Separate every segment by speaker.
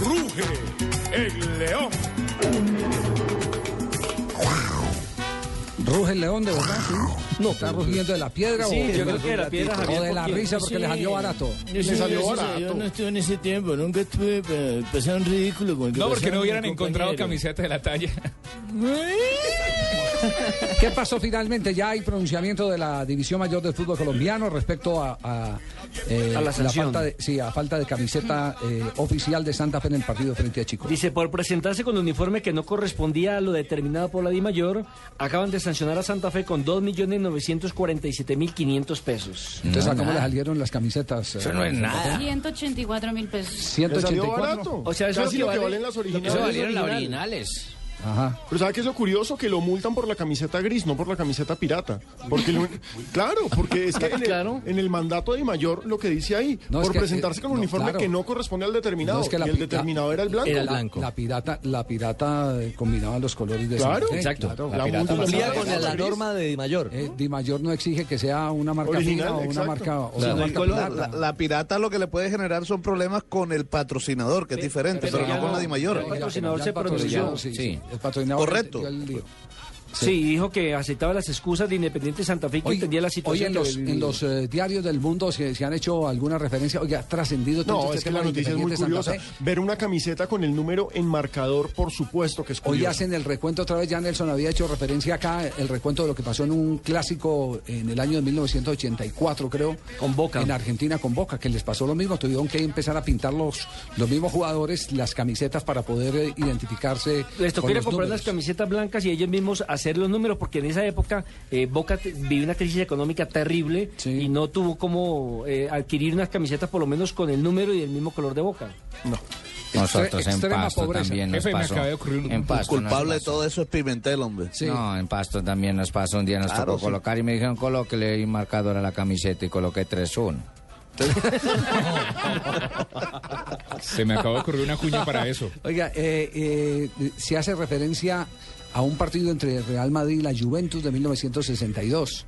Speaker 1: ruge el león.
Speaker 2: Ruge el león de verdad, sí. No, está rugiendo de la piedra
Speaker 3: Sí,
Speaker 2: o,
Speaker 3: yo creo que de la piedra,
Speaker 2: o
Speaker 3: Javier,
Speaker 2: de la
Speaker 3: porque-
Speaker 2: risa porque
Speaker 3: sí.
Speaker 2: le salió barato.
Speaker 4: Yo,
Speaker 1: Sí,
Speaker 4: sí,
Speaker 1: salió
Speaker 4: yo sí,
Speaker 1: barato.
Speaker 4: yo no estuve en ese tiempo, nunca estuve, eh, pasé un ridículo. con el que
Speaker 5: No, porque
Speaker 4: pasaron
Speaker 5: no hubieran
Speaker 4: mis
Speaker 5: encontrado
Speaker 4: compañeros.
Speaker 5: camiseta de la talla.
Speaker 2: ¿Qué pasó finalmente? Ya hay pronunciamiento de la División Mayor del Fútbol Colombiano respecto a, a, eh,
Speaker 3: A la sanción.
Speaker 2: falta de, sí, a falta de camiseta eh, oficial de Santa Fe en el partido frente a Chico.
Speaker 3: Dice, por presentarse con uniforme que no correspondía a lo determinado por la Di Mayor, acaban de sancionar a Santa Fe con 2.947.500 pesos.
Speaker 2: Entonces, ¿a cómo le salieron las camisetas? eh?
Speaker 6: Eso no es
Speaker 3: Ah.
Speaker 6: nada.
Speaker 7: 184 mil pesos.
Speaker 1: Le salió
Speaker 2: 184.
Speaker 1: barato.
Speaker 3: O sea, eso es
Speaker 1: Casi
Speaker 3: lo
Speaker 1: lo
Speaker 3: que
Speaker 1: que
Speaker 3: vale-
Speaker 1: valen las
Speaker 3: lo que
Speaker 1: originales.
Speaker 6: Eso valieron las
Speaker 3: original.
Speaker 6: originales.
Speaker 2: Ajá.
Speaker 1: Pero ¿sabe qué es lo curioso? Que lo multan por la camiseta gris, no por la camiseta pirata. Porque lo- claro, porque es que en el,
Speaker 3: Claro.
Speaker 1: en el mandato de mayor lo que dice ahí,
Speaker 2: No, es
Speaker 1: por
Speaker 2: que- eh,
Speaker 1: presentarse con
Speaker 2: no,
Speaker 1: un uniforme
Speaker 2: claro.
Speaker 1: que no corresponde al determinado.
Speaker 2: No, es que la
Speaker 1: y el
Speaker 2: pi-
Speaker 1: determinado
Speaker 2: la-
Speaker 1: era el blanco.
Speaker 6: era el
Speaker 2: La,
Speaker 6: blanco.
Speaker 2: la pirata, la pirata eh, combinaba los colores de
Speaker 1: Claro,
Speaker 2: Santa Fe,
Speaker 6: exacto.
Speaker 2: claro.
Speaker 1: La
Speaker 6: La pirata.
Speaker 1: multa-
Speaker 8: Cumplía con
Speaker 1: Claro.
Speaker 8: la norma de Di Mayor.
Speaker 2: Eh, Di Mayor no exige que sea una marca
Speaker 1: Original,
Speaker 2: fina o una
Speaker 1: exacto.
Speaker 2: marca, o
Speaker 8: Sino
Speaker 2: una
Speaker 8: el
Speaker 2: marca
Speaker 8: color, la,
Speaker 2: pirata.
Speaker 8: la pirata lo que le puede generar son problemas con el patrocinador, que es diferente,
Speaker 3: pero
Speaker 8: pero,
Speaker 3: ya
Speaker 8: no con
Speaker 3: no.
Speaker 8: la Di Mayor.
Speaker 3: El patrocinador
Speaker 2: Ya
Speaker 3: se
Speaker 2: el patrocinador,
Speaker 3: pronunció.
Speaker 2: sí,
Speaker 6: Sí.
Speaker 2: sí. El patrocinador
Speaker 8: Correcto.
Speaker 2: dio el lío.
Speaker 3: Sí. dijo que aceptaba las excusas de Independiente Santa Fe y que
Speaker 2: Hoy,
Speaker 3: entendía la situación.
Speaker 2: hoy en
Speaker 3: que
Speaker 2: los,
Speaker 3: vivía.
Speaker 2: en los, eh, diarios del mundo se, se han hecho alguna referencia. Oiga, ha trascendido tanto
Speaker 1: No,
Speaker 2: este
Speaker 1: es que
Speaker 2: tema
Speaker 1: la
Speaker 2: de
Speaker 1: noticia es muy
Speaker 2: Independiente Santa
Speaker 1: curiosa.
Speaker 2: Fe.
Speaker 1: Ver una camiseta con el número en marcador, por supuesto que es
Speaker 2: Hoy
Speaker 1: curioso.
Speaker 2: hacen el recuento otra vez. Ya Nelson había hecho referencia acá, el recuento de lo que pasó en un clásico en el año de 1984, creo.
Speaker 3: Con Boca.
Speaker 2: En Argentina con Boca, que les pasó lo mismo. Tuvieron que empezar a pintar los, los mismos jugadores las camisetas para poder eh, identificarse.
Speaker 3: Les tocó
Speaker 2: con
Speaker 3: ir a
Speaker 2: los
Speaker 3: comprar
Speaker 2: números.
Speaker 3: las camisetas blancas y ellos mismos hacer los números, porque en esa época eh, Boca te- vivió una crisis económica terrible
Speaker 2: Sí.
Speaker 3: y no tuvo como eh, adquirir unas camisetas por lo menos con el número y el mismo color de Boca.
Speaker 6: Nosotros en
Speaker 2: extrema
Speaker 6: Pasto
Speaker 2: pobreza.
Speaker 6: también nos
Speaker 5: Jefe, me
Speaker 6: pasó.
Speaker 5: acaba de ocurrir un-
Speaker 6: En
Speaker 5: un
Speaker 6: Pasto nos
Speaker 8: Culpable de
Speaker 6: pasó.
Speaker 8: todo eso es Pimentel, hombre.
Speaker 2: Sí.
Speaker 6: No, en Pasto también nos pasó. Un día nos
Speaker 8: Claro,
Speaker 6: tocó
Speaker 8: sí.
Speaker 6: colocar y me dijeron, colóquele ahí marcador a la camiseta y coloqué 3-1.
Speaker 5: Se me acaba de ocurrir una cuña para eso.
Speaker 2: Oiga, eh, eh, se hace referencia a un partido entre Real Madrid y la Juventus de 1962.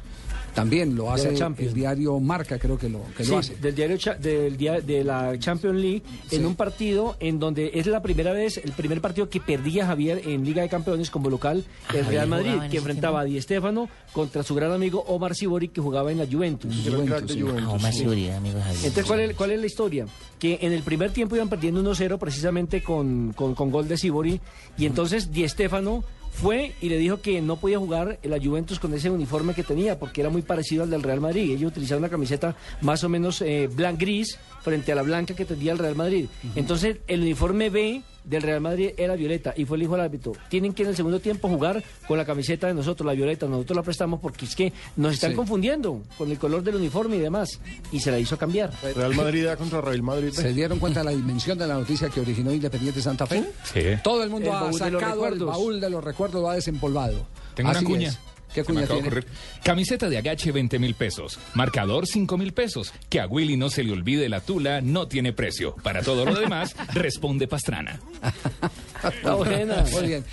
Speaker 2: También lo hace
Speaker 3: la Champions.
Speaker 2: el diario Marca, creo que lo, que
Speaker 3: Sí,
Speaker 2: lo hace.
Speaker 3: del diario Cha- del dia- de la Champions League
Speaker 2: Sí.
Speaker 3: en un partido en donde es la primera vez, el primer partido que perdía Javier en Liga de Campeones como local el Real Madrid,
Speaker 7: Ah, jugaba en
Speaker 3: que
Speaker 7: ese
Speaker 3: enfrentaba a Di Stéfano contra su gran amigo Omar Sibori que jugaba en la Juventus.
Speaker 1: Gran crack de Juventus.
Speaker 7: No, más seguridad, amigo Javier.
Speaker 3: Entonces, ¿cuál es, ¿cuál es la historia? Que en el primer tiempo iban perdiendo 1-0 precisamente con, con, con gol de Sibori. Y entonces Di Stéfano fue y le dijo que no podía jugar en la Juventus con ese uniforme que tenía porque era muy parecido al del Real Madrid. Ellos utilizaban una camiseta más o menos eh, blanc-gris frente a la blanca que tenía el Real Madrid. Entonces, el uniforme B del Real Madrid era violeta y fue el hijo al árbitro. Tienen que en el segundo tiempo jugar con la camiseta de nosotros, la violeta. Nosotros la prestamos porque es que nos están
Speaker 2: Sí.
Speaker 3: confundiendo con el color del uniforme y demás. Y se la hizo cambiar.
Speaker 1: Real Madrid A contra Real Madrid B.
Speaker 2: ¿Se dieron cuenta de la dimensión de la noticia que originó Independiente Santa Fe?
Speaker 5: Sí.
Speaker 2: Todo el mundo
Speaker 3: El
Speaker 2: ha
Speaker 3: baúl de los
Speaker 2: sacado el
Speaker 3: recuerdos.
Speaker 2: baúl de los recuerdos, lo ha desempolvado.
Speaker 5: Tengo
Speaker 2: Así
Speaker 5: una cuña.
Speaker 2: es. ¿Qué
Speaker 5: Se me
Speaker 2: cuña
Speaker 5: acaba de
Speaker 2: tiene?
Speaker 5: ocurrir. Camiseta de agache 20 mil pesos. Marcador 5 mil pesos. Que a Willy no se le olvide la tula, no tiene precio. Para todo lo demás, responde Pastrana.
Speaker 3: Está buena.
Speaker 2: Muy bien.